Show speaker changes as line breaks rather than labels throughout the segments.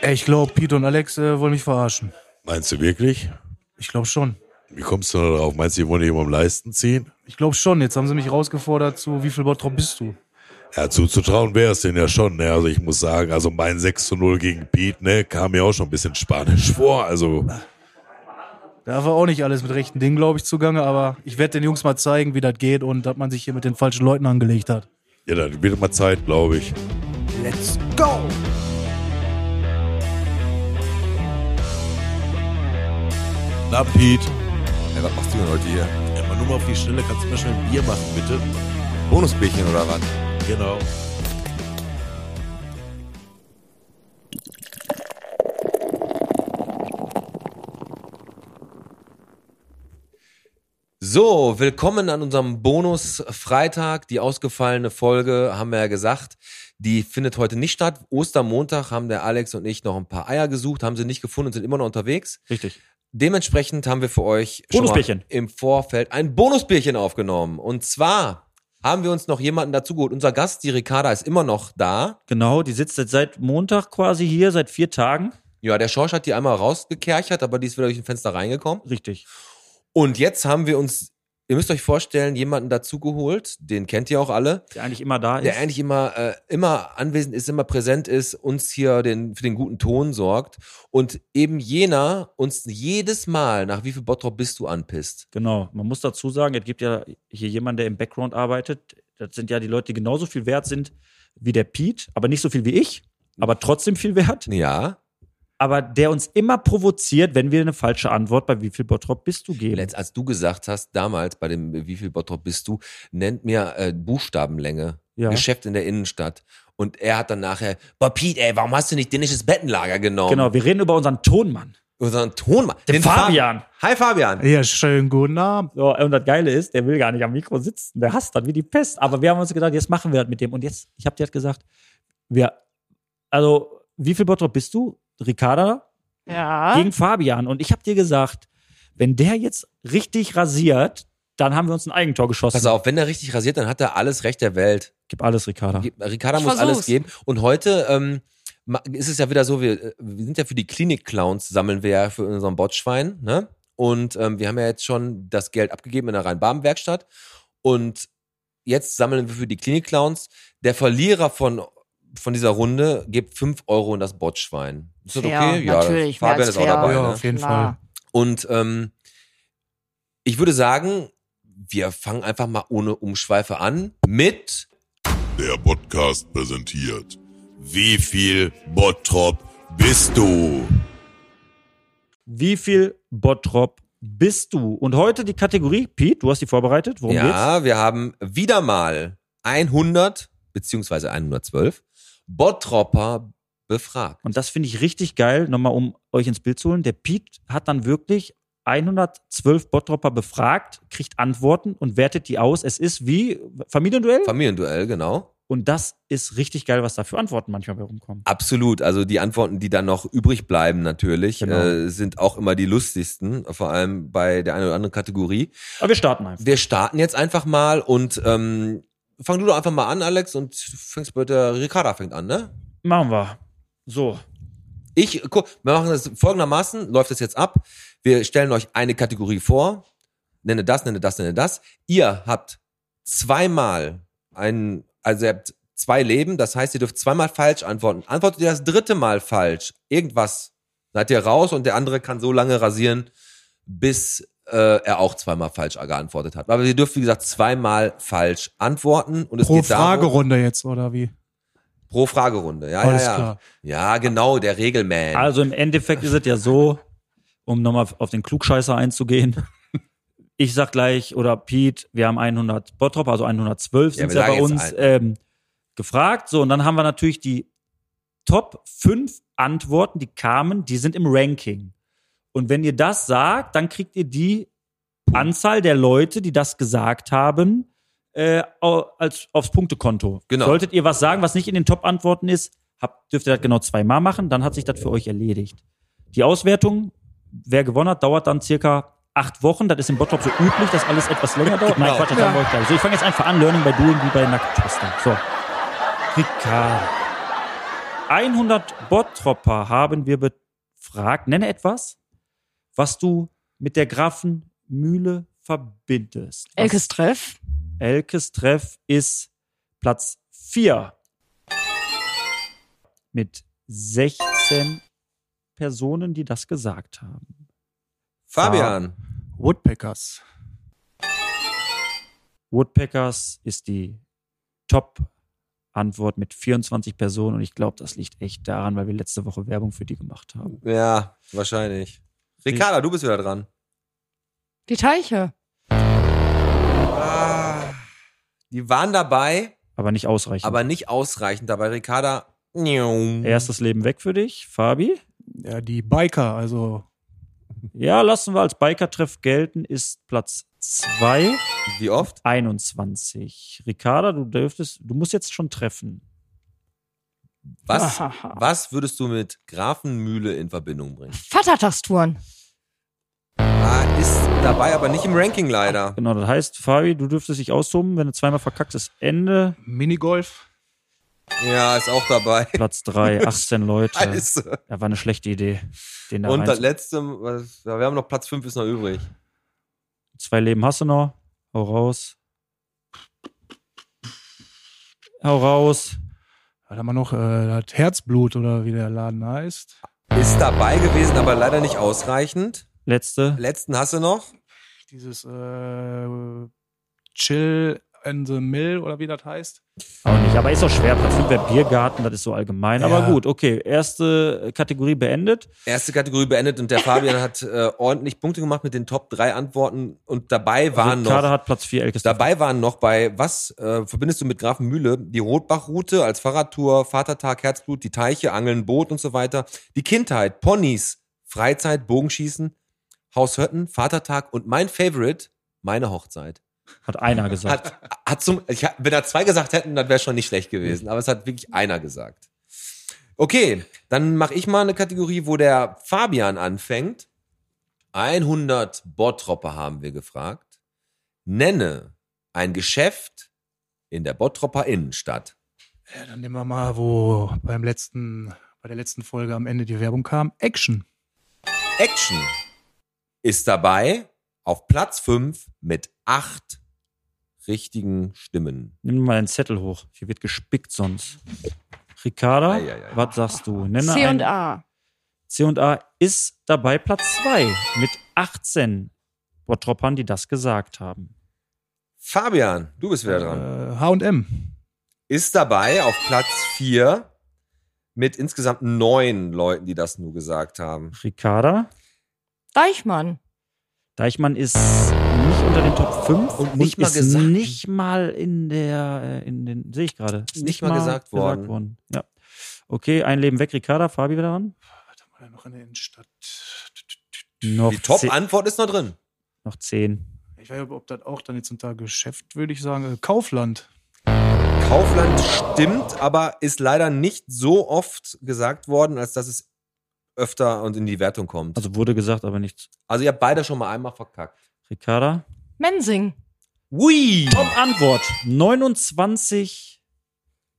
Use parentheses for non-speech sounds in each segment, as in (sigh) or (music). Ey, ich glaube, Pete und Alex äh, wollen mich verarschen.
Meinst du wirklich?
Ich glaube schon.
Wie kommst du da drauf? Meinst du, die wollen jemanden am Leisten ziehen?
Ich glaube schon. Jetzt haben sie mich herausgefordert zu, wie viel Bottrop bist du?
Ja, zuzutrauen wäre es denn ja schon. Ne? Also ich muss sagen, also mein 6 zu 0 gegen Pete, ne, kam mir auch schon ein bisschen spanisch (laughs) vor. Also
Da war auch nicht alles mit rechten Dingen, glaube ich, zugange, aber ich werde den Jungs mal zeigen, wie das geht und dass man sich hier mit den falschen Leuten angelegt hat.
ja, dann wird mal Zeit, glaube ich.
Let's go!
Na, Pete,
Ey, was machst du denn heute hier?
immer nur mal auf die Stelle, kannst du mir schnell ein Bier machen, bitte?
Bonusbierchen oder was?
Genau.
So, willkommen an unserem Bonus Freitag. Die ausgefallene Folge haben wir ja gesagt, die findet heute nicht statt. Ostermontag haben der Alex und ich noch ein paar Eier gesucht, haben sie nicht gefunden und sind immer noch unterwegs.
Richtig.
Dementsprechend haben wir für euch schon
Bonusbierchen.
mal im Vorfeld ein Bonusbierchen aufgenommen. Und zwar haben wir uns noch jemanden dazu geholt. Unser Gast, die Ricarda, ist immer noch da.
Genau, die sitzt jetzt seit Montag quasi hier, seit vier Tagen.
Ja, der Schorsch hat die einmal rausgekerchert, aber die ist wieder durch ein Fenster reingekommen.
Richtig.
Und jetzt haben wir uns, ihr müsst euch vorstellen, jemanden dazu geholt. Den kennt ihr auch alle.
Der eigentlich immer da ist.
der eigentlich immer, äh, immer anwesend ist, immer präsent ist, uns hier den, für den guten Ton sorgt und eben jener uns jedes Mal, nach wie viel Bottrop bist du anpisst.
genau. Man muss dazu sagen, es gibt ja hier jemanden, der im Background arbeitet. Das sind ja die Leute, die genauso viel wert sind wie der Pete, aber nicht so viel wie ich, aber trotzdem viel wert.
Ja,
Aber der uns immer provoziert, wenn wir eine falsche Antwort bei wie viel Bottrop bist du geben.
letzt, als du gesagt hast, damals bei dem äh, Wie viel Bottrop bist du, nennt mir äh, Buchstabenlänge,
Ja.
Geschäft in der Innenstadt. Und er hat dann nachher, boah Piet, ey, warum hast du nicht dänisches Bettenlager genommen?
Genau, wir reden über unseren Tonmann.
Unseren Tonmann. Den Fa-
Fabian.
Hi Fabian.
Ja, schönen guten Abend.
So, und das Geile ist, der will gar nicht am Mikro sitzen. Der hasst das wie die Pest. Aber wir haben uns gedacht, jetzt machen wir das mit dem. Und jetzt, ich habe dir halt gesagt, wir, also, wie viel Bottrop bist du? Ricarda
Ja.
gegen Fabian. Und ich habe dir gesagt, wenn der jetzt richtig rasiert, dann haben wir uns ein Eigentor geschossen.
Pass auf, wenn er richtig rasiert, dann hat er alles Recht der Welt.
Gib alles, Ricarda.
Ge- Ricarda
Ah. Ich
muss
versuch's.
alles geben. Und heute ähm, ma- ist es ja wieder so, wir, äh, wir sind ja für die Klinik-Clowns, sammeln wir ja für unseren Botschwein. Ne? Und ähm, wir haben ja jetzt schon das Geld abgegeben in der Rhein-Baben-Werkstatt. Und jetzt sammeln wir für die Klinik-Clowns. Der Verlierer von, von dieser Runde gibt 5 Euro in das Botschwein. Ist das
Fair,
okay? das-
natürlich, mehr
Fabian
als
ist auch
fair.
dabei.
Ja,
ne?
auf jeden Fall.
Klar.
Und ähm, ich würde sagen, wir fangen einfach mal ohne Umschweife an mit
Der Podcast präsentiert. Wie viel Bottrop bist du?
Wie viel Bottrop bist du? Und heute die Kategorie, Pete, du hast die vorbereitet. Worum geht's?
ja, wir haben wieder mal 100 beziehungsweise 112 Bottropper befragt.
Und das finde ich richtig geil, nochmal um euch ins Bild zu holen. Der Pete hat dann wirklich 112 Bottropper befragt, kriegt Antworten und wertet die aus. Es ist wie Familienduell.
Familienduell, genau.
Und das ist richtig geil, was da für Antworten manchmal bei rumkommen.
Absolut. Also die Antworten, die dann noch übrig bleiben, natürlich,
Genau.
äh, sind auch immer die lustigsten, vor allem bei der einen oder anderen Kategorie.
Aber wir starten einfach.
Wir starten jetzt einfach mal und ähm, fang du doch einfach mal an, Alex, und fängst bei der Ricarda fängt an, ne?
Machen wir. So.
Ich, guck, wir machen das folgendermaßen, läuft das jetzt ab. Wir stellen euch eine Kategorie vor, nenne das, nenne das, nenne das. Ihr habt zweimal ein, also ihr habt zwei Leben, das heißt, ihr dürft zweimal falsch antworten. Antwortet ihr das dritte Mal falsch, irgendwas, seid ihr raus und der andere kann so lange rasieren, bis äh, er auch zweimal falsch geantwortet hat. Aber ihr dürft, wie gesagt, zweimal falsch antworten und es
Pro
geht darum,
Fragerunde jetzt, oder wie?
pro Fragerunde. Ah, Ja,
Alles
ja, ja.
klar.
Ja, genau, der Regelman.
Also im Endeffekt ist es ja so, um nochmal auf den Klugscheißer einzugehen. (laughs) Ich sag gleich, oder Pete, wir haben 100 Bottrop, also 112
Ja,
sind
wir
ja, bei
sagen
uns
jetzt
ähm, gefragt. So, und dann haben wir natürlich die Top 5 Antworten, die kamen, die sind im Ranking. Und wenn ihr das sagt, dann kriegt ihr die Anzahl der Leute, die das gesagt haben, äh, au- als, aufs Punktekonto.
Genau.
Solltet ihr was sagen, was nicht in den Top-Antworten ist, habt, dürft ihr das genau zweimal machen, dann hat sich das für euch erledigt. Die Auswertung, wer gewonnen hat, dauert dann circa acht Wochen. Das ist im Bottrop so üblich, dass alles etwas länger dauert. Nein,
Genau.
Quatsch, das haben wir euch gleich. So, ich fange jetzt einfach an, Learning by Doing, wie bei Nacktschwestern. So. Ricarda. 100 Bottropper haben wir befragt. Nenne etwas, was du mit der Grafenmühle verbindest. Was-
Elkes Treff.
Elkes Treff ist Platz 4 mit 16 Personen, die das gesagt haben.
Fabian.
Woodpeckers.
Woodpeckers ist die Top-Antwort mit 24 Personen und ich glaube, das liegt echt daran, weil wir letzte Woche Werbung für die gemacht haben.
Ja, wahrscheinlich. Ricarda, du bist wieder dran.
Die Teiche.
Ah, die waren dabei,
Aber nicht ausreichend.
aber nicht ausreichend dabei. Ricarda. Erstes.
Erstes Leben weg für dich, Fabi.
Ja, die Biker, also
Ja, lassen wir als Biker-Treff gelten, ist Platz 2,
Wie oft?
21. Ricarda, du dürftest, du musst jetzt schon treffen.
Was, was würdest du mit Grafenmühle in Verbindung bringen?
Vatertagstouren.
Ah, ist dabei, aber nicht im Ranking leider.
Genau, das heißt, Fabi, du dürftest dich austoben, wenn du zweimal verkackst, ist Ende.
Minigolf.
Ja, ist auch dabei.
Platz
(laughs)
3, 18 Leute.
Scheiße.
Ja, war eine schlechte Idee, den da
Und das
rein.
letzte, was, ja, wir haben noch Platz 5 ist noch übrig.
Zwei Leben hast du noch. Hau raus. Hau raus.
Hat man noch äh, das Herzblut oder wie der Laden heißt.
Ist dabei gewesen, aber leider nicht ausreichend.
Letzte.
Letzten hast du noch.
Dieses äh, Chill in the Mill oder wie das heißt.
Auch nicht. Aber ist auch schwer. Platz 5 wäre Biergarten, das ist so allgemein. Aber
Ja.
gut, okay. Erste Kategorie beendet.
Erste Kategorie beendet und der Fabian hat äh, ordentlich Punkte gemacht mit den Top 3 Antworten und dabei waren noch.
Kader hat Platz 4, Elkes.
Dabei waren noch bei, was äh, verbindest du mit Grafenmühle? Die Rotbachroute als Fahrradtour, Vatertag, Herzblut, die Teiche, Angeln, Boot und so weiter. Die Kindheit, Ponys, Freizeit, Bogenschießen, Haus Hörten, Vatertag und mein Favorite, meine Hochzeit.
Hat einer gesagt.
Hat, hat zum, ich, hab- wenn da zwei gesagt hätten, dann wäre schon nicht schlecht gewesen. Aber es hat wirklich einer gesagt. Okay, dann mache ich mal eine Kategorie, wo der Fabian anfängt. 100 Bottropper haben wir gefragt. Nenne ein Geschäft in der Bottropper Innenstadt.
Ja, dann nehmen wir mal, wo beim letzten, bei der letzten Folge am Ende die Werbung kam. Action.
Action ist dabei auf Platz 5 mit acht richtigen Stimmen.
Nimm mal deinen Zettel hoch. Hier wird gespickt sonst. Ricarda,
Ei, ei, ei.
was sagst du? Nenne
C
ein-
und A.
C&A ist dabei Platz 2 mit 18 Bottropern, die das gesagt haben.
Fabian, du bist wieder
Äh,
dran.
HM.
ist dabei auf Platz 4 mit insgesamt neun Leuten, die das nur gesagt haben.
Ricarda
Deichmann.
Deichmann ist nicht unter den Top 5
Und nicht mal
ist
gesagt.
nicht mal in der äh, in den sehe ich gerade. Ist
Nicht mal gesagt worden.
Ja. Okay, ein Leben weg Ricarda, Fabi wieder dran.
Was haben wir denn noch in der Innenstadt?
Noch
Die
zehn-
Top-Antwort ist noch drin.
noch 10.
Ich weiß nicht, ob das auch dann jetzt unter Geschäft, würde ich sagen. Äh, Kaufland.
Kaufland stimmt, aber ist leider nicht so oft gesagt worden, als dass es öfter und in die Wertung kommt.
Also wurde gesagt, aber nichts.
Also ihr habt beide schon mal einmal verkackt.
Ricarda
Mensing.
Ui!
Top Antwort 29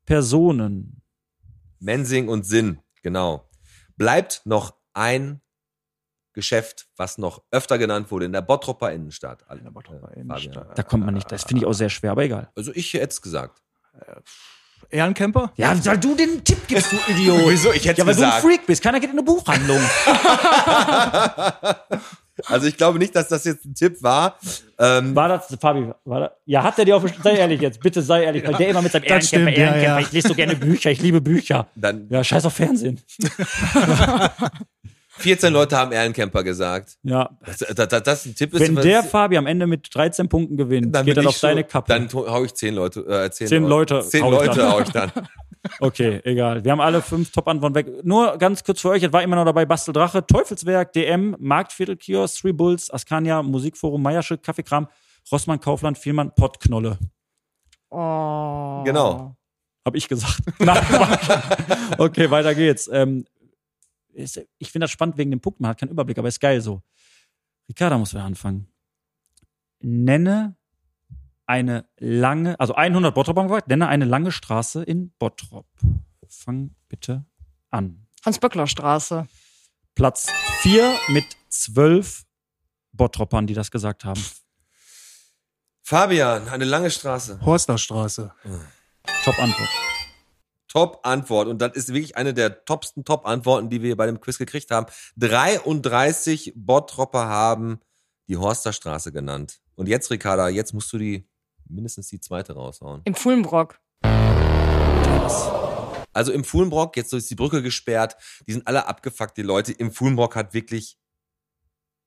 Personen.
Mensing und Sinn, genau. Bleibt noch ein Geschäft, was noch öfter genannt wurde, in der Bottropper Innenstadt.
In der Bottropper
Fabian.
Innenstadt.
Da kommt man nicht, das finde ich auch sehr schwer, aber egal.
Also ich hätte es gesagt.
Ehrencamper?
Ja, weil du den Tipp gibst, du
(laughs)
Idiot.
Wieso? Ich hätt's
Ja, weil du ein
gesagt.
Freak bist. Keiner geht in
(laughs)
eine Buchhandlung.
Also ich glaube nicht, dass das jetzt ein Tipp war. Ähm,
War das, Fabi, war das? Ja, hat er dir auf Sei ehrlich jetzt, bitte sei ehrlich, weil der immer mit seinem
Das
Ehrenkämpfer,
stimmt, ja,
Ehrenkämpfer,
ja.
ich lese so gerne Bücher, ich liebe Bücher.
dann
Ja, scheiß auf Fernsehen.
14 Leute haben Ehrencamper gesagt.
Ja.
Das, äh, das, das, das ein Tipp ist.
Wenn
was-
der Fabi am Ende mit 13 Punkten gewinnt,
dann
geht
bin ich
dann auf
so,
deine Kappe.
Dann to- hau ich 10 Leute. Äh, 10,
Zehn Leute
10
hau ich
Leute
dann.
hau ich dann.
Okay, egal. Wir haben alle fünf Top-Antworten weg. Nur ganz kurz für euch, es war immer noch dabei Basteldrache, Teufelswerk, DM, Marktviertel, Kiosk, Three Bulls, Askania, Musikforum, Meiersche, Kaffeekram, Rossmann, Kaufland, Vielmann, Pottknolle.
Oh.
Genau.
Habe ich gesagt. (laughs) Nein, Quatsch. okay, weiter geht's. Ähm, ist, ich finde das spannend wegen dem Punkt. Man hat keinen Überblick, aber ist geil so. Ricarda muss wieder anfangen. Nenne eine lange, also 100 Bottrop haben wir gefragt, nenne eine lange Straße in Bottrop. Fang bitte an.
Hans-Böckler-Straße.
Platz 4 mit zwölf Bottropern, die das gesagt haben.
Fabian, eine lange Straße.
Horsterstraße.
Top Antwort.
Top Antwort. Und das ist wirklich eine der topsten Top Antworten, die wir bei dem Quiz gekriegt haben. 33 Bottropper haben die Horsterstraße genannt. Und jetzt, Ricarda, jetzt musst du die, mindestens die zweite raushauen.
Im Fulmbrock.
Also im Fuhlenbrock, jetzt so ist die Brücke gesperrt, die sind alle abgefuckt, die Leute. Im Fuhlenbrock hat wirklich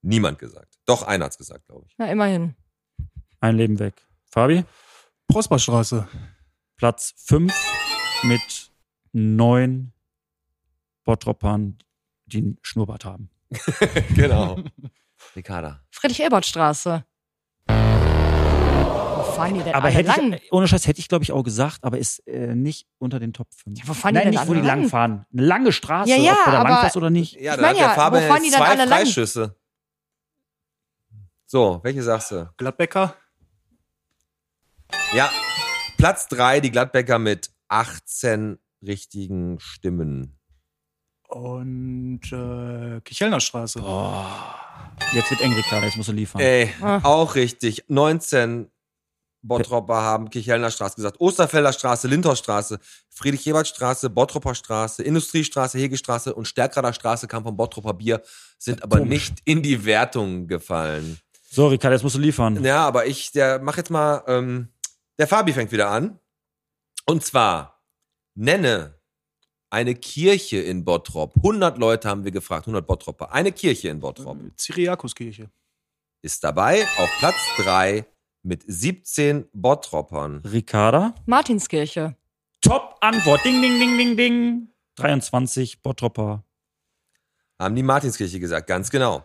niemand gesagt. Doch einer hat's gesagt, glaube ich.
Na, immerhin.
Ein Leben weg. Fabi,
Prosperstraße.
Platz 5 mit neun Bottropern, die einen Schnurrbart haben.
Genau. Ricarda.
Friedrich-Ebert-Straße. Wo fahren die denn
Aber
Äh, alle
hätte
lang?
ich, ohne Scheiß hätte ich, glaube ich, auch gesagt, aber ist äh, nicht unter den Top 5.
Ja, wo fahren die
Nein,
denn
nicht, wo
alle
die
lang?
langfahren. Eine lange Straße,
Ja, ja,
ob du da
aber-
langfährst oder nicht.
Ja, da
Ich mein
hat
ja,
der Fabian
wo fahren die
jetzt
denn
zwei
alle lang?
Freischüsse. So, welche sagst du?
Gladbecker.
Ja, Platz drei, die Gladbecker mit 18 richtigen Stimmen.
Und äh, Kichelner Straße.
Jetzt wird eng, Ricarda, jetzt musst du liefern.
Ey,
Ah.
auch richtig. 19 Bottropper haben Kirchhellner Straße gesagt. Osterfelder Straße, Lindhorststraße, Friedrich-Ebert-Straße, Bottropper Straße, Industriestraße, Hegestraße und Stärkrader Straße kam vom Bottropper Bier, sind aber nicht in die Wertung gefallen.
So, Ricarda, jetzt musst du liefern.
Ja, aber ich, der, mach jetzt mal, ähm, der Fabi fängt wieder an. Und zwar, nenne eine Kirche in Bottrop. 100 Leute haben wir gefragt, 100 Bottropper. Eine Kirche in Bottrop
Cyriakuskirche.
ist dabei auf Platz drei mit 17 Bottropern.
Ricarda.
Martinskirche. (laughs)
Top Antwort. Ding, ding, ding, ding, ding. 23 Bottropper.
Haben die Martinskirche gesagt, ganz genau.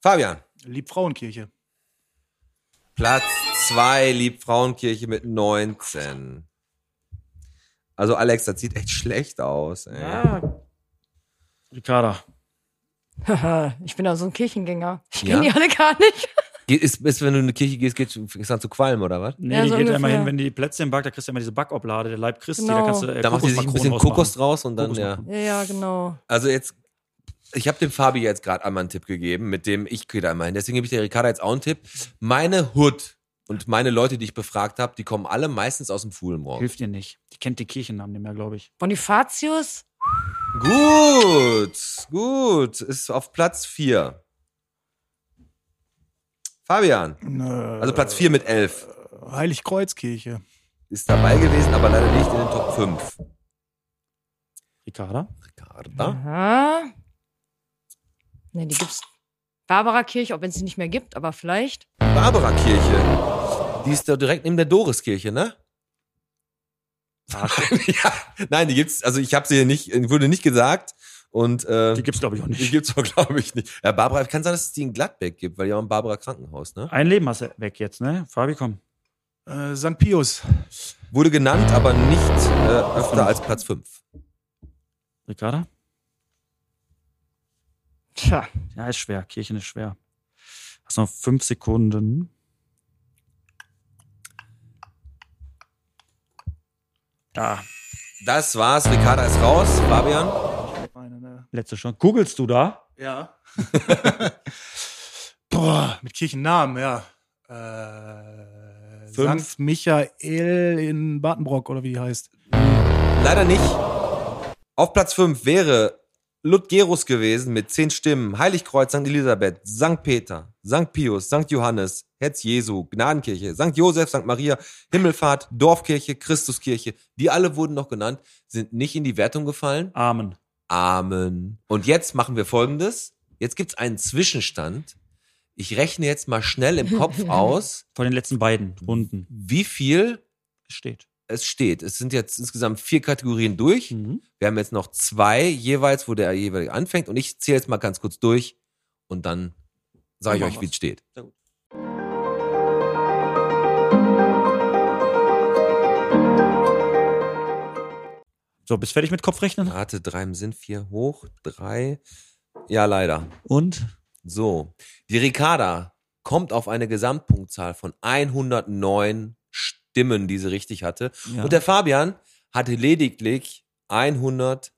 Fabian,
Liebfrauenkirche.
Platz zwei Liebfrauenkirche mit 19. Also Alex, das sieht echt schlecht aus. Ey.
Ricarda.
ich bin da so ein Kirchengänger. Ich
Ja?
kenne die alle gar nicht.
Ge- Ist, ist, wenn du in eine Kirche gehst, geht es dann zu Qualm oder was?
Nee,
Ja,
die
so
geht
ungefähr.
immer hin, wenn die Plätzchen backt, da kriegst du immer diese Backoblade, der Leib Christi, da
Genau.
kannst du äh,
Da macht die sich ein bisschen
Kokosmakronen
Kokos
rausmachen.
draus und dann, ja.
Kokosmakronen.
Ja, ja, genau.
Also jetzt, ich habe dem Fabi jetzt gerade einmal einen Tipp gegeben, mit dem ich gehe da immer hin. Deswegen gebe ich der Ricarda jetzt auch einen Tipp. Meine Hood und meine Leute, die ich befragt habe, die kommen alle meistens aus dem Fuhlenmorgen.
Hilft dir nicht. Die kennt die Kirchennamen nicht mehr, glaube ich.
Bonifatius.
Gut, gut. Ist auf Platz vier. Fabian,
Äh,
also Platz vier mit elf
Heiligkreuzkirche.
ist dabei gewesen, aber leider nicht in den Top 5.
Ricarda?
Ricarda?
Aha. Ne, die gibt's. Barbara Kirche, auch wenn es sie nicht mehr gibt, aber vielleicht.
Barbara Kirche. Die ist da direkt neben der Doriskirche, ne? (laughs) ja, nein, die gibt's, also ich habe sie hier nicht, wurde nicht gesagt und äh,
Die gibt's, glaube ich, auch
die
nicht.
gibt's (laughs) auch glaube ich nicht. Ja, Barbara, kann sein, dass es die in Gladbeck gibt, weil die haben ein Barbara Krankenhaus, ne?
(laughs) Ein Leben hast du weg jetzt, ne? Fabi, komm.
Äh, St. Pius.
Wurde genannt, aber nicht äh, öfter als Platz 5.
Ricarda?
Tja,
Ja, ist schwer. Kirchen ist schwer. Hast noch fünf Sekunden. Da,
Das war's, Ricarda ist raus, Fabian.
ne?
letzte Chance. Googelst du da?
Ja. Boah, mit Kirchennamen, ja. Äh,
Fünf.
Sankt Michael in Badenbrock oder wie die heißt.
Leider nicht. Auf Platz 5 wäre Ludgerus gewesen mit 10 Stimmen, Heiligkreuz, St. Elisabeth, St. Peter, St. Pius, St. Johannes, Herz Jesu, Gnadenkirche, St. Josef, St. Maria, Himmelfahrt, Dorfkirche, Christuskirche. Die alle wurden noch genannt, sind nicht in die Wertung gefallen.
Amen.
Amen. Und jetzt machen wir folgendes. Jetzt gibt's einen Zwischenstand. Ich rechne jetzt mal schnell im Kopf aus,
Von den letzten beiden
Mhm.
Runden
wie viel
steht.
es steht. Es sind jetzt insgesamt vier Kategorien durch.
Mhm.
Wir haben jetzt noch zwei jeweils, wo der jeweilige anfängt. Und ich zähle jetzt mal ganz kurz durch und dann sage ich
Dann machen
euch, wie es
wir's.
steht.
Sehr gut. So, bist fertig mit Kopfrechnen?
Rate Hm. drei im Sinn, vier hoch, drei. Ja, leider.
Und?
So. Die Ricarda kommt auf eine Gesamtpunktzahl von 109 Stimmen, die sie richtig hatte.
Ja.
Und der Fabian hatte lediglich 100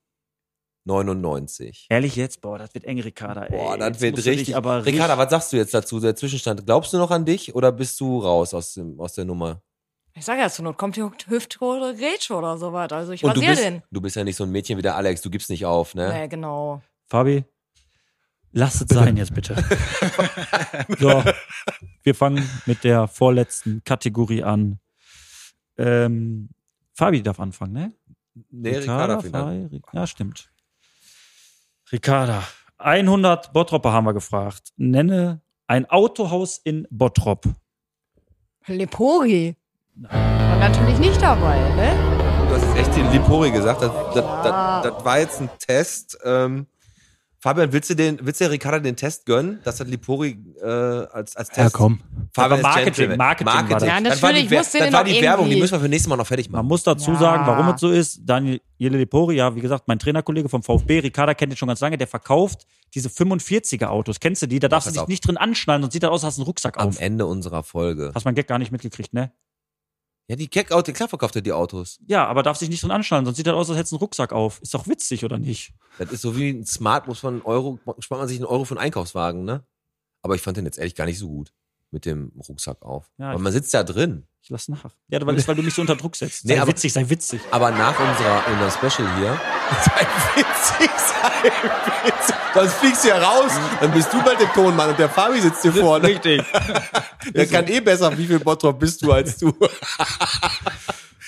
99.
Ehrlich jetzt? Boah, das wird eng, Ricarda. Ey.
Boah, das
Jetzt
wird
musst du dich
richtig.
Aber
Ricarda,
richtig-
was sagst du jetzt dazu? Der Zwischenstand. Glaubst du noch an dich oder bist du raus aus, dem, aus der Nummer?
Ich sag ja, zur Not kommt die Hüfthohe Grätsche oder sowas. Also ich
Und du
rasiere
bist,
den.
du bist ja nicht so ein Mädchen wie der Alex. Du gibst nicht auf, ne?
Nee, genau.
Fabi, lass es sein
(laughs)
jetzt bitte. so, wir fangen mit der vorletzten Kategorie an. Ähm, Fabi darf anfangen, ne?
Nee, Ricarda, vielen Dank.
Fabi, Ri- Ja, stimmt. Ricarda, 100 Bottropper haben wir gefragt. Nenne ein Autohaus in Bottrop.
Lepori. War natürlich nicht dabei, ne?
Du hast jetzt echt den Lipori gesagt. Das, das,
Ja.
das, das war jetzt ein Test. Ähm, Fabian, willst du, den, willst du der Ricarda den Test gönnen? Das hat Lipori äh, als, als Test.
Ja, komm.
Fabian
Aber
ist
Marketing,
Gentleman.
Marketing war das.
Ja,
Das war die,
natürlich,
Wer-
musste
das
den
war
doch
die Werbung, die
irgendwie-
müssen wir für nächstes Mal noch fertig
Man
machen.
muss dazu
Ja.
sagen, warum es so ist. Daniel Lepori, ja, wie gesagt, mein Trainerkollege vom VfB, Ricarda kennt ihn schon ganz lange, der verkauft diese 45er Autos. Kennst du die? Da darfst du
pass
dich
auf.
nicht drin anschnallen und sieht dann aus, hast einen Rucksack
Am
auf.
Ende unserer Folge.
Hast mein Gag gar nicht mitgekriegt, ne?
Ja, die Keck-Auto, klar verkauft er die Autos.
Ja, aber darfst dich nicht drin anschnallen, sonst sieht das aus, als hättest du einen Rucksack auf. Ist doch witzig, oder nicht?
Das ist so wie ein Smart, muss man einen Euro, spart man sich einen Euro für einen Einkaufswagen, ne? Aber ich fand den jetzt ehrlich gar nicht so gut mit dem Rucksack auf.
Ja,
aber
ich-
man sitzt da drin.
Ich lass nach. Ja, weil, das, weil du mich so unter Druck (laughs) setzt.
Nee,
Sei
aber-
witzig, sei witzig.
Aber nach unserer, unserer Special hier. (laughs) Sei witzig, sei witzig. Sonst fliegst du ja raus. Dann bist du bald der Tonmann und der Fabi sitzt hier vorne.
Richtig.
(laughs) Der kann eh besser, wie viel Bottrop bist du als du. (laughs)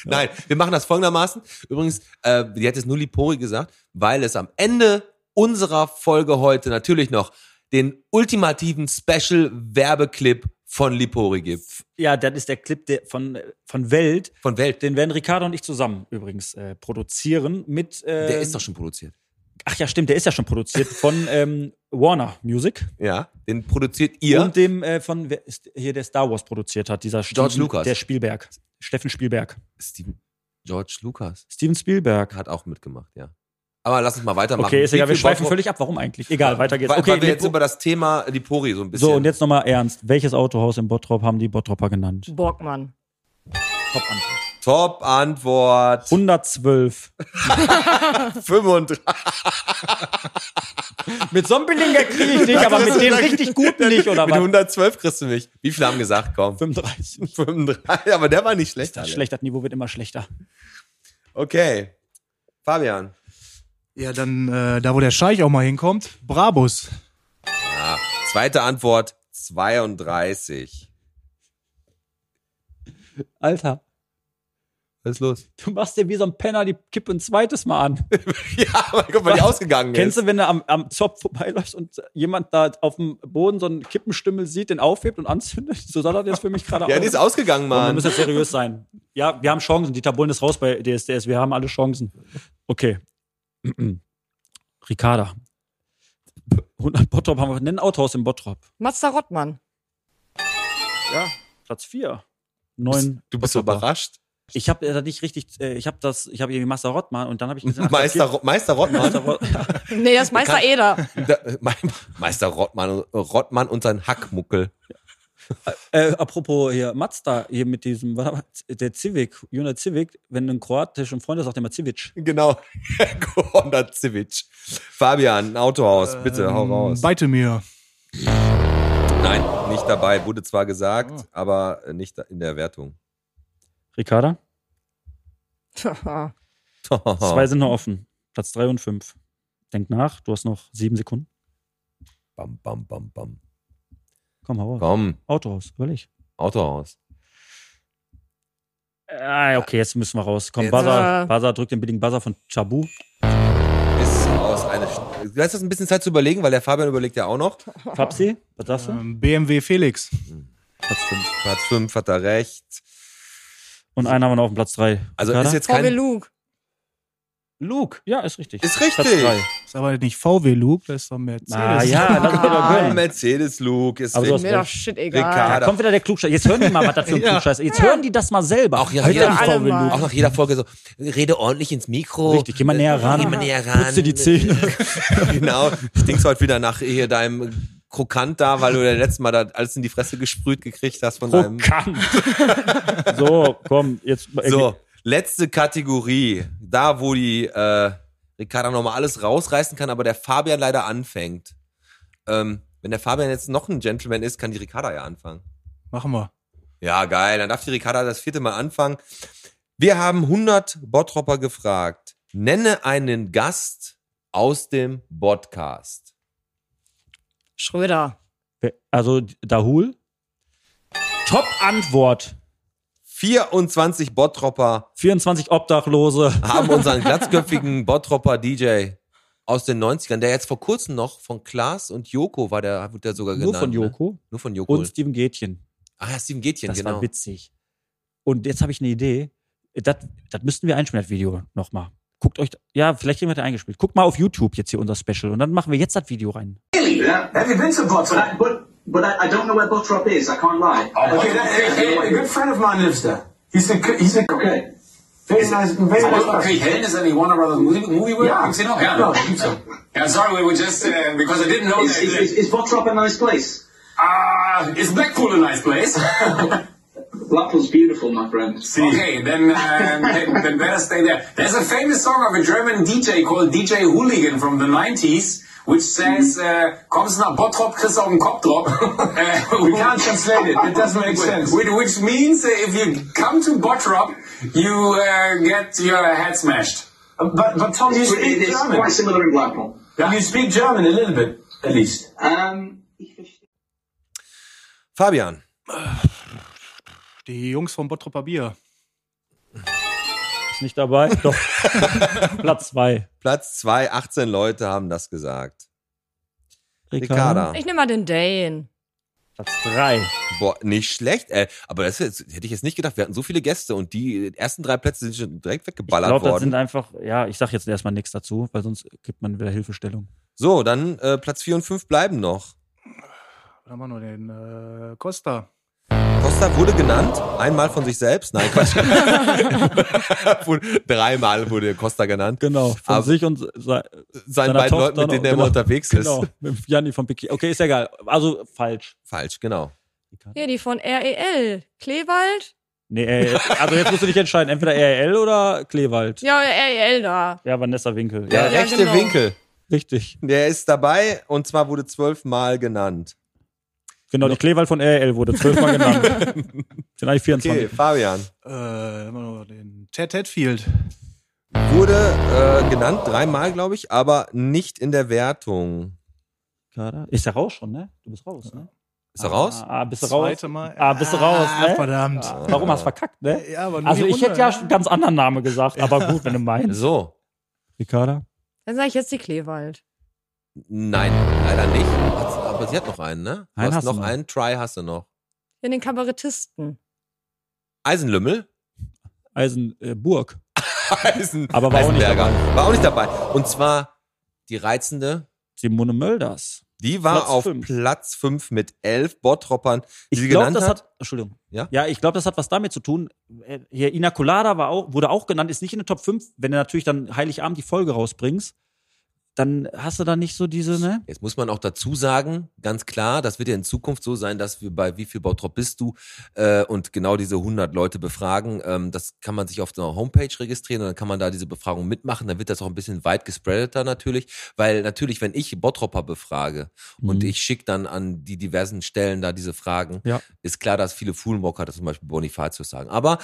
Nein, wir machen das folgendermaßen. Übrigens, äh, die hat jetzt nur Lipori gesagt, weil es am Ende unserer Folge heute natürlich noch den ultimativen Special-Werbeclip von Lipori gibt.
Ja, das ist der Clip der, von, von Welt.
Von Welt.
Den werden Ricardo und ich zusammen übrigens äh, produzieren mit. Äh,
Der ist doch schon produziert.
Ach ja, stimmt, der ist ja schon produziert von ähm, Warner Music.
Ja. Den produziert ihr.
Und dem äh, von, wer ist hier der Star Wars produziert hat, dieser
George Lucas.
Der Spielberg. Steffen Spielberg.
Steven George Lucas
Steven Spielberg.
hat auch mitgemacht, ja. Aber lass uns mal weitermachen.
Okay, ist
Wie
egal, wir
viel
schweifen
Bottrop-
völlig ab. Warum eigentlich? Egal, weiter geht's.
Weil,
Okay,
weil wir jetzt
Lipo-
über das Thema Lipori so ein bisschen.
so, und jetzt nochmal ernst. Welches Autohaus in Bottrop haben die Bottropper genannt?
Borgmann.
Top Antwort.
Top Antwort
112.
35.
(laughs) Mit so einem Billinger kriege ich dich, aber mit dem richtig guten nicht, oder
Mit
was?
112 kriegst du mich. Wie viele haben gesagt, komm.
35.
35, aber der war nicht schlecht.
Das
Alle.
schlecht, das Niveau wird immer schlechter.
Okay. Fabian.
Ja, dann äh, da, wo der Scheich auch mal hinkommt, Brabus.
Zweite Antwort 32.
Alter,
Was ist los?
du machst dir wie so ein Penner die Kippe ein zweites Mal an.
(laughs) Ja, aber guck mal, die ausgegangen
Kennst
ist.
du, wenn du am, am Zopf vorbeiläufst und jemand da auf dem Boden so einen Kippenstümmel sieht, den aufhebt und anzündet? So sah das jetzt für mich gerade
Ja, die ist ausgegangen,
Komm, Wir
Mann.
müssen jetzt seriös sein. Ja, wir haben Chancen. Dieter Bohlen ist raus bei DSDS. Wir haben alle Chancen. Okay. (clears throat) Ricarda. 100 Bottrop haben wir. Nenn ein Autohaus im Bottrop.
Mazda Rottmann. (laughs)
Ja, Platz 4. Neun.
Du bist so überrascht.
Ich habe das nicht richtig, äh, ich habe das, ich habe irgendwie Master Rottmann und dann habe ich gesehen, ach, der
Meister,
vierte-
Ro- Meister Rottmann.
Meister Rottmann.
Nee, das ist
(laughs)
Meister Eder.
Da- Me- Meister Rottmann, Rottmann und sein Hackmuckel.
Äh, apropos hier, Mazda hier mit diesem, was war das? der Civic, Unit Civic, wenn ein kroatischen Freund ist, sagt er immer Civic.
Genau. Gonda Zivic. Fabian, ein Autohaus, bitte, hau
Ähm,
raus.
Ähm, Beite mir.
Nein, nicht dabei. Wurde zwar gesagt, aber nicht in der Wertung.
Ricarda?
Tja,
Zwei sind noch offen. Platz drei und fünf. Denk nach, du hast noch sieben Sekunden.
Bam, bam, bam, bam.
Komm, hau raus.
Komm,
Autohaus, überleg.
Autohaus.
Ah, okay, jetzt müssen wir raus. Komm,
Jetzt-
Buzzer,
Äh.
Buzzer, drück den billigen Buzzer von Chabu.
Ist aus eine. Du hast jetzt ein bisschen Zeit zu überlegen, weil der Fabian überlegt ja auch noch.
Fabsi, was sagst du?
Ähm, BMW Felix.
Platz fünf.
Platz 5 hat er recht.
Und einen haben wir noch auf dem Platz drei.
Also
Ricarda?
ist jetzt
VW
kein.
Luke.
Luke. Ja, ist richtig.
Ist richtig.
Platz drei.
Ist aber nicht VW Luke, das ist doch Mercedes.
Ah, ja, das ist
Ah.
wieder
Ein
gönnen.
Mercedes-Luke ist
Aber du hast-
richtig.
Mir doch shit
Ricardo.
egal.
Da kommt wieder der Klugscheiß. Jetzt hören die mal, was
(laughs)
das für ein Klugscheiß ist. Jetzt hören die das mal selber.
Auch ja,
Hört
jeder
doch nicht
alle
VW
mal.
Luke.
Auch nach jeder Folge so, rede ordentlich ins Mikro.
Richtig, geh mal näher ran.
Geh mal näher ran.
Putz dir die Zähne.
(laughs) genau. Stinkst heute wieder nach hier deinem Krokant da, weil du das letzte Mal da alles in die Fresse gesprüht gekriegt hast von deinem.
Krokant. so, komm, jetzt.
So, letzte Kategorie. Da, wo die äh, Ricarda nochmal alles rausreißen kann, aber der Fabian leider anfängt. Ähm, wenn der Fabian jetzt noch ein Gentleman ist, kann die Ricarda ja anfangen.
Machen wir.
Ja, geil. Dann darf die Ricarda das vierte Mal anfangen. Wir haben 100 Bottropper gefragt. Nenne einen Gast aus dem Podcast.
Schröder.
Also Dahul. Top-Antwort.
24 Bottropper
24 Obdachlose.
haben unseren
(laughs)
glatzköpfigen Bottropper DJ aus den 90ern, der jetzt vor kurzem noch von Klaas und Joko war, der wird der sogar genannt.
Nur von
ne?
Joko
Nur von Joko.
und Steven Gätchen.
ah, ja, Steven Gätchen,
Das
genau.
war witzig. Und jetzt habe ich eine Idee. Das, das müssten wir einspielen, das Video nochmal. Guckt euch, ja, vielleicht jemand hat eingespielt. Guckt mal auf YouTube jetzt hier unser Special und dann machen wir jetzt das Video rein.
Yeah,
Have you been to Bottrop?
but, Uh, but, but I, I don't know where Bottrop is, I can't lie.
Okay, that, a, a- a good friend of mine lives there. He's a good- he's a
Okay.
very nice, very nice person.
then is that he won a rather movie, movie work?
Yeah.
Because, you know, yeah.
No, I think
(laughs)
so.
Yeah, sorry, we were just, uh, because I didn't know
Is,
that.
is, is, is Bottrop a nice place?
Ah, is Blackpool a
(laughs)
nice place?
Blackpool's beautiful, my friend.
okay, then, uh, then, then better stay there. There's a famous song of a German DJ called DJ Hooligan from the 90s, which says,
Mm-hmm.
uh, kommst nach Bottrop, kriegst auf den Kopf
(laughs)
drop.
We can't translate it. It doesn't make sense.
Which, which means uh, if you come to Bottrop, you uh, get your head smashed.
Uh, But but Tom, you
It's, pretty-
speak
it's
German.
quite similar in Blackpool.
You speak German a little bit, at least.
Um,
Fabian,
Die Jungs vom Bottroper Bier.
Ist nicht dabei? Doch. Platz zwei.
Platz zwei, 18 Leute haben das gesagt.
Ricarda.
Ricarda.
Ich nehme mal den Dane.
Platz drei.
Boah, nicht schlecht, ey. Aber das ist, hätte ich jetzt nicht gedacht. Wir hatten so viele Gäste und die ersten drei Plätze sind schon direkt
Ich
weggeballert
glaube, das
worden.
sind einfach, ja, ich sag jetzt erstmal nichts dazu, weil sonst gibt man wieder Hilfestellung.
so, dann äh, Platz vier und fünf bleiben noch.
Dann haben wir noch den äh, Costa.
Costa wurde genannt, einmal von sich selbst. Nein,
(laughs)
Quatsch. Wurde- Dreimal wurde Costa genannt.
Genau. Von
Aber-
sich und se
Seinen
Seiner
beiden
Tochter
Leuten, mit denen
noch-
er immer
genau,
unterwegs
genau,
ist.
mit Janni von Bikini. Okay, ist ja egal. Also falsch.
Falsch, genau.
Hier, die von E REL. Kleewald?
Nee, äh, also jetzt musst du dich entscheiden, entweder RL oder Kleewald. Ja,
Ja, REL da.
Vanessa Winkel. Ja,
Der
Ja,
rechte
genau.
Winkel,
richtig.
der ist dabei und zwar wurde zwölfmal genannt.
Genau, die Kleewald von RL wurde zwölfmal genannt. (laughs) Sind eigentlich
Okay,
24.
Fabian.
Äh, dann haben wir noch den Ted Hetfield.
Wurde äh, genannt, dreimal, glaube ich, aber nicht in der Wertung.
Ricarda? Ist ja raus schon, ne? Du bist raus, ne?
Ist er raus?
Ah, ah, bist du raus?
Zweite Mal.
Ah, bist du raus, ne?
Verdammt.
Warum hast du verkackt, ne?
Ja, aber nur
Also
die
ich hätte
Runde,
ja
ne?
einen ganz anderen Namen gesagt, aber gut, wenn du meinst.
(laughs) So.
Ricarda?
Dann sage ich jetzt die Kleewald.
Nein, leider nicht. Hat's, aber sie hat noch einen, ne? Du
Einen
hast
hast
noch
du noch.
einen Try hast du noch.
Hier den Kabarettisten.
Eisenlümmel? (laughs)
Eisenburg.
Eisen,
Aber war auch nicht
Eisenberger. War auch nicht dabei. Und zwar die reizende,
Simone Mölders.
die war
Platz
auf
fünf.
Platz 5 mit elf Bottroppern, die sie
Ich glaube,
genannt
das
hat.
hat, Entschuldigung.
Ja?
Ja, ich glaube, das hat was damit zu tun. Äh, Hier Ina Colada war auch, wurde auch genannt, ist nicht in der Top 5. Wenn du natürlich dann Heiligabend die Folge rausbringst, dann hast du da nicht so diese, ne?
Jetzt muss man auch dazu sagen, ganz klar, das wird ja in Zukunft so sein, dass wir bei wie viel Bottrop bist du äh, und genau diese 100 Leute befragen. Ähm, das kann man sich auf der Homepage registrieren und dann kann man da diese Befragung mitmachen. Dann wird das auch ein bisschen weit gespreadeter natürlich, weil natürlich, wenn ich Bottropper befrage und
Mhm.
ich schicke dann an die diversen Stellen da diese Fragen,
Ja.
ist klar, dass viele Fuhlenbocker das zum Beispiel Bonifatius sagen. Aber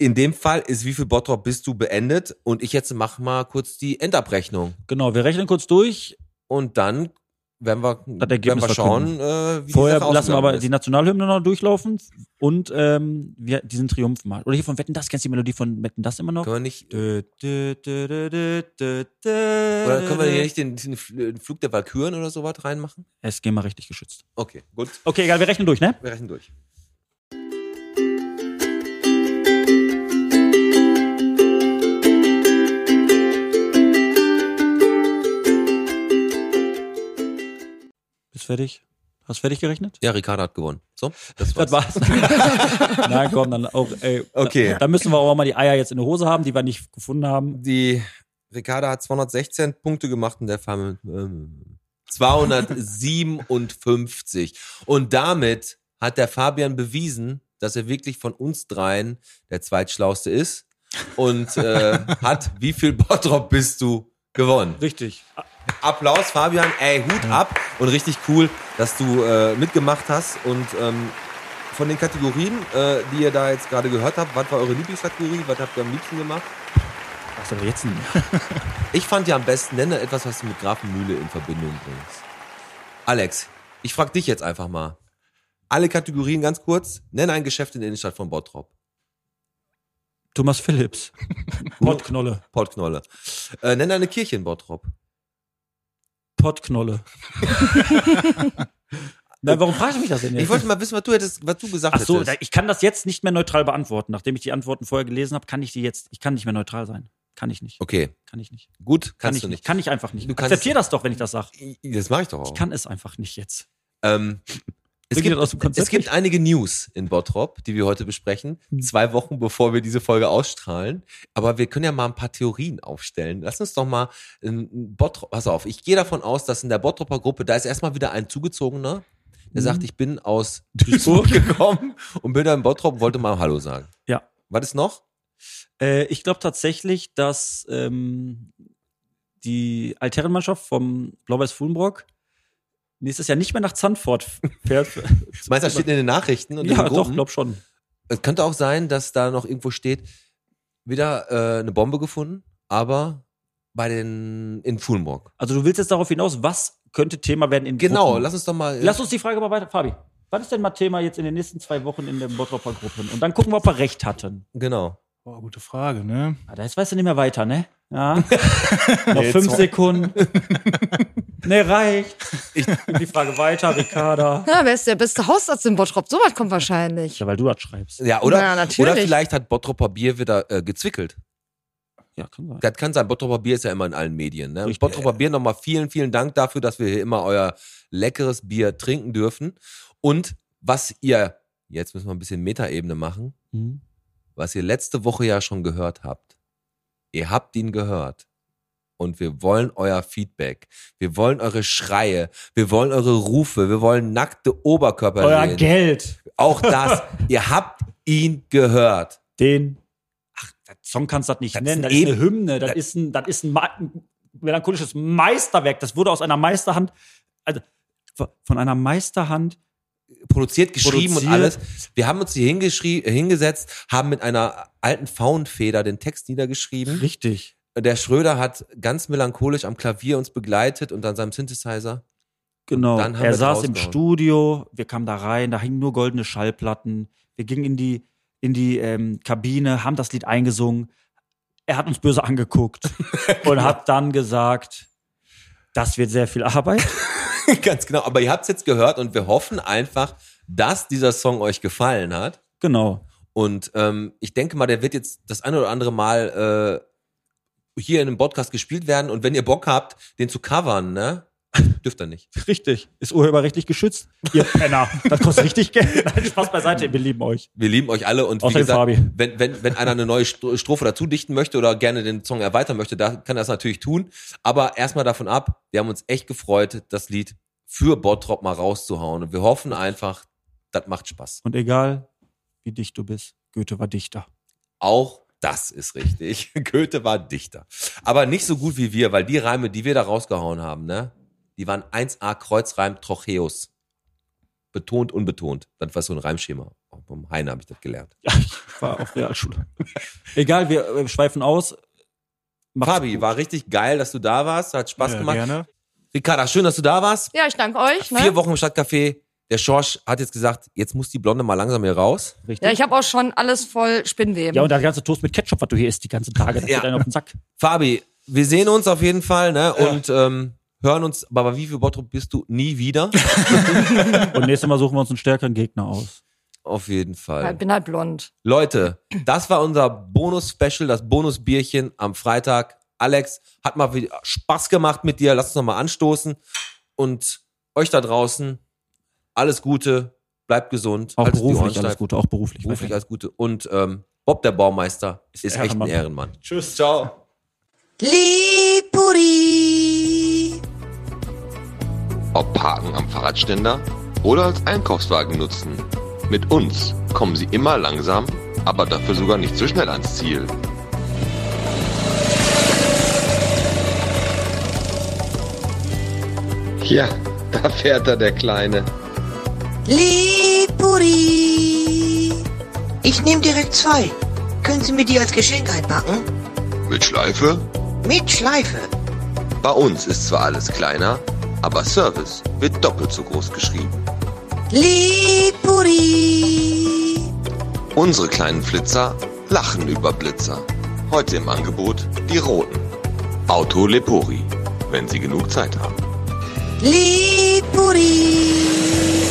in dem Fall ist wie viel Bottrop bist du beendet und ich jetzt mach mal kurz die Endabrechnung
Genau, wir rechnen kurz durch.
und dann werden wir, werden
Ergebnis
wir schauen, äh, wie
Vorher
die Sache
lassen wir aber
ausgegangen
die Nationalhymne noch durchlaufen und ähm, wir, diesen Triumphmarsch. Oder hier von Wetten Das, kennst du die Melodie von Wetten Das immer
ist.
noch?
Können wir nicht,
Dö, dö, dö, dö, dö, dö,
oder können wir hier
dö.
nicht den, den Flug der Valkyren oder sowas reinmachen?
Es gehen mal richtig geschützt.
Okay, gut,
Okay, egal, wir rechnen durch, ne?
wir rechnen durch.
Bist fertig? Hast fertig gerechnet?
Ja, Ricardo hat gewonnen. So, das war's.
Das war's. (laughs) Nein, komm, dann auch, ey.
Okay.
Da, da müssen wir auch mal die Eier jetzt in der Hose haben, die wir nicht gefunden haben.
Die Ricardo hat 216 Punkte gemacht und der Farm ähm, 257. und damit hat der Fabian bewiesen, dass er wirklich von uns dreien der zweitschlauste ist und äh, hat wie viel Bottrop bist du gewonnen.
Richtig.
Applaus, Fabian. Ey, Hut ab und richtig cool, dass du äh, mitgemacht hast. Und ähm, von den Kategorien, äh, die ihr da jetzt gerade gehört habt, was war eure Lieblingskategorie? Was habt ihr am liebsten gemacht?
Was aber jetzt denn?
Ich fand ja am besten, nenne etwas, was du mit Grafenmühle in Verbindung bringst. Alex, ich frag dich jetzt einfach mal. Alle Kategorien ganz kurz. Nenne ein Geschäft in der Innenstadt von Bottrop.
Thomas Phillips. (laughs) Pottknolle.
Portknolle. Äh, nenne eine Kirche in Bottrop. (laughs)
Pottknolle. Na, warum fragst du mich das denn jetzt?
Ich wollte mal wissen, was du hättest, was du gesagt
Ach so, da-
hättest.
ich kann das jetzt nicht mehr neutral beantworten. Nachdem ich die Antworten vorher gelesen habe, kann ich die jetzt, ich kann nicht mehr neutral sein. Kann ich nicht.
Okay,
Kann ich nicht.
gut,
Kann
kannst
ich
du nicht.
Kann ich einfach nicht.
Du kannst-
Akzeptier das doch, wenn ich das sage.
Das mache ich doch auch.
Ich kann es einfach nicht jetzt.
Ähm, es,
Bringt
gibt,
ihr das aus dem Konzept?
es gibt einige News in Bottrop, die wir heute besprechen.
Hm.
Zwei Wochen bevor wir diese Folge ausstrahlen. Aber wir können ja mal ein paar Theorien aufstellen. Lass uns doch mal in Bottrop, pass auf, ich gehe davon aus, dass in der Bottroper Gruppe, da ist erstmal wieder ein Zugezogener,
Mhm.
der sagt, ich bin
(laughs)
aus Duisburg gekommen und bin da in Bottrop und wollte mal Hallo sagen.
Ja.
Was ist noch?
Äh, ich glaube tatsächlich, dass ähm, die Altherrenmannschaft vom Blau-Weiß Fulenbrock nächstes Jahr nicht mehr nach Zandvoort (laughs)
Meinst
fährt.
du, das steht in den Nachrichten und in
ja,
den
doch,
Gruppen?
glaub schon.
Es könnte auch sein, dass da noch irgendwo steht, wieder äh, eine Bombe gefunden, aber bei den in Fulmburg.
Also du willst jetzt darauf hinaus, was könnte Thema werden in
Genau,
Gruppen?
lass uns doch mal.
Lass äh, uns die Frage mal weiter, Fabi. Was ist denn mal Thema jetzt in den nächsten zwei Wochen in den Bottroper Gruppen? Und dann gucken wir, ob wir recht hatten.
Genau.
Boah, gute Frage, ne?
Ah, das weißt du nicht mehr weiter, ne? (laughs) Ja. Noch
Nee,
fünf
zwei-
(laughs) Sekunden. ne, reicht. Ich gebe die Frage weiter, Ricarda.
Na, wer ist der beste Hausarzt in Bottrop? Sowas kommt wahrscheinlich.
Ja, weil du das schreibst.
Ja, oder?
Ja, natürlich.
Oder vielleicht hat Bottroper Bier wieder äh, gezwickelt.
Ja, kann sein.
Das kann sein. Bottroper Bier ist ja immer in allen Medien. Ne? Und
Richtig.
Bottroper Bier nochmal vielen, vielen Dank dafür, dass wir hier immer euer leckeres Bier trinken dürfen. Und was ihr, jetzt müssen wir ein bisschen Metaebene machen,
Mhm.
was ihr letzte Woche ja schon gehört habt. Ihr habt ihn gehört. Und wir wollen euer Feedback. Wir wollen eure Schreie. Wir wollen eure Rufe. Wir wollen nackte Oberkörper.
Euer
sehen.
Geld.
Auch
(laughs)
das. ihr habt ihn gehört.
Den. Ach, das Song kannst du das nicht
Das ist
nennen.
ein
Das ist eine
Eben.
Hymne. Das,
Das-
ist ein, das ist ein, Ma ein melancholisches Meisterwerk. Das wurde aus einer Meisterhand, also von einer Meisterhand.
Produziert, geschrieben und
Produziert.
alles. Wir haben uns hier hingeschrie- hingesetzt, haben mit einer alten Faunfeder den Text
Hm?
niedergeschrieben.
Richtig.
Der Schröder hat ganz melancholisch am Klavier uns begleitet und an seinem Synthesizer. (laughs)
Genau.
Dann haben
er
wir's
saß im
rausgehauen.
Studio, wir kamen da rein, da hingen nur goldene Schallplatten. Wir gingen in die, in die ähm, Kabine, haben das Lied eingesungen. Er hat uns böse (laughs) angeguckt und hat dann gesagt, das wird sehr viel Arbeit. (laughs)
Ganz genau. Aber ihr habt es jetzt gehört und wir hoffen einfach, dass dieser Song euch gefallen hat.
Genau.
Und ähm, ich denke mal, der wird jetzt das ein oder andere Mal äh, hier in einem Podcast gespielt werden. Und wenn ihr Bock habt, den zu covern, ne? (laughs) Dürft ihr nicht.
Richtig. Ist urheberrechtlich geschützt. Ihr (laughs) Penner. Das kostet richtig Geld. (laughs) Nein, Spaß beiseite. Wir lieben euch.
Wir lieben euch alle und wie
Außer den
gesagt,
Fabi.
wenn, wenn, wenn einer eine neue Stro- Strophe dazu dichten möchte oder gerne den Song erweitern möchte, da kann er das natürlich tun. Aber erstmal davon ab, wir haben uns echt gefreut, das Lied für Bottrop mal rauszuhauen. Und wir hoffen einfach, das macht Spaß.
Und egal, wie dicht du bist, Goethe war Dichter.
Auch das ist richtig. (laughs) Goethe war Dichter. Aber nicht so gut wie wir, weil die Reime, die wir da rausgehauen haben, ne, die waren 1a Kreuzreim Trocheus. Betont, unbetont. Das war so ein Reimschema. Auch Vom Heine habe ich das gelernt.
Ja, ich war auf Realschule. (laughs) Egal, wir äh, schweifen aus. Macht's äh,
Fabi,
gut.
war richtig geil, dass du da warst. Hat Spaß
ja,
gemacht.
Gerne.
Ricarda, schön, dass du da warst.
Ja, ich danke euch. Ne?
Vier Wochen im Stadtcafé. Der Schorsch hat jetzt gesagt, jetzt muss die Blonde mal langsam hier raus.
Richtig.
Ja, ich habe auch schon alles voll Spinnweben.
Ja, und der ganze Toast mit Ketchup, was du hier isst, die ganzen Tage, das
Ja.
geht einem auf den Sack.
Fabi, wir sehen uns auf jeden Fall, ne? Und ähm, hören uns, aber wie viel Bottrop bist du nie wieder?
Und nächstes Mal suchen wir uns einen stärkeren Gegner aus.
auf jeden Fall.
ich bin halt blond.
Leute, das war unser Bonus-Special, das Bonus-Bierchen am Freitag. Alex, hat mal wieder Spaß gemacht mit dir. Lasst uns nochmal anstoßen. Und euch da draußen, alles Gute, bleibt gesund.
Auch
haltet die Ohren
beruflich
steif.
alles Gute, auch beruflich.
beruflich alles Gute. Und ähm, Bob der Baumeister ist, echt ein
Ehrenmann.
Ehrenmann.
Tschüss.
Ciao.
Ob parken am Fahrradständer oder als Einkaufswagen nutzen. Mit uns kommen Sie immer langsam, aber dafür sogar nicht zu so schnell ans Ziel.
Ja, da fährt er, der Kleine.
Lipuri. Ich nehme direkt zwei. Können Sie mir die als Geschenk einpacken?
Mit Schleife?
Mit Schleife.
Bei uns ist zwar alles kleiner, aber Service wird doppelt so groß geschrieben.
Lipuri.
Unsere kleinen Flitzer lachen über Blitzer. Heute im Angebot die roten. Auto Lepori, wenn Sie genug Zeit haben.
Lipuri.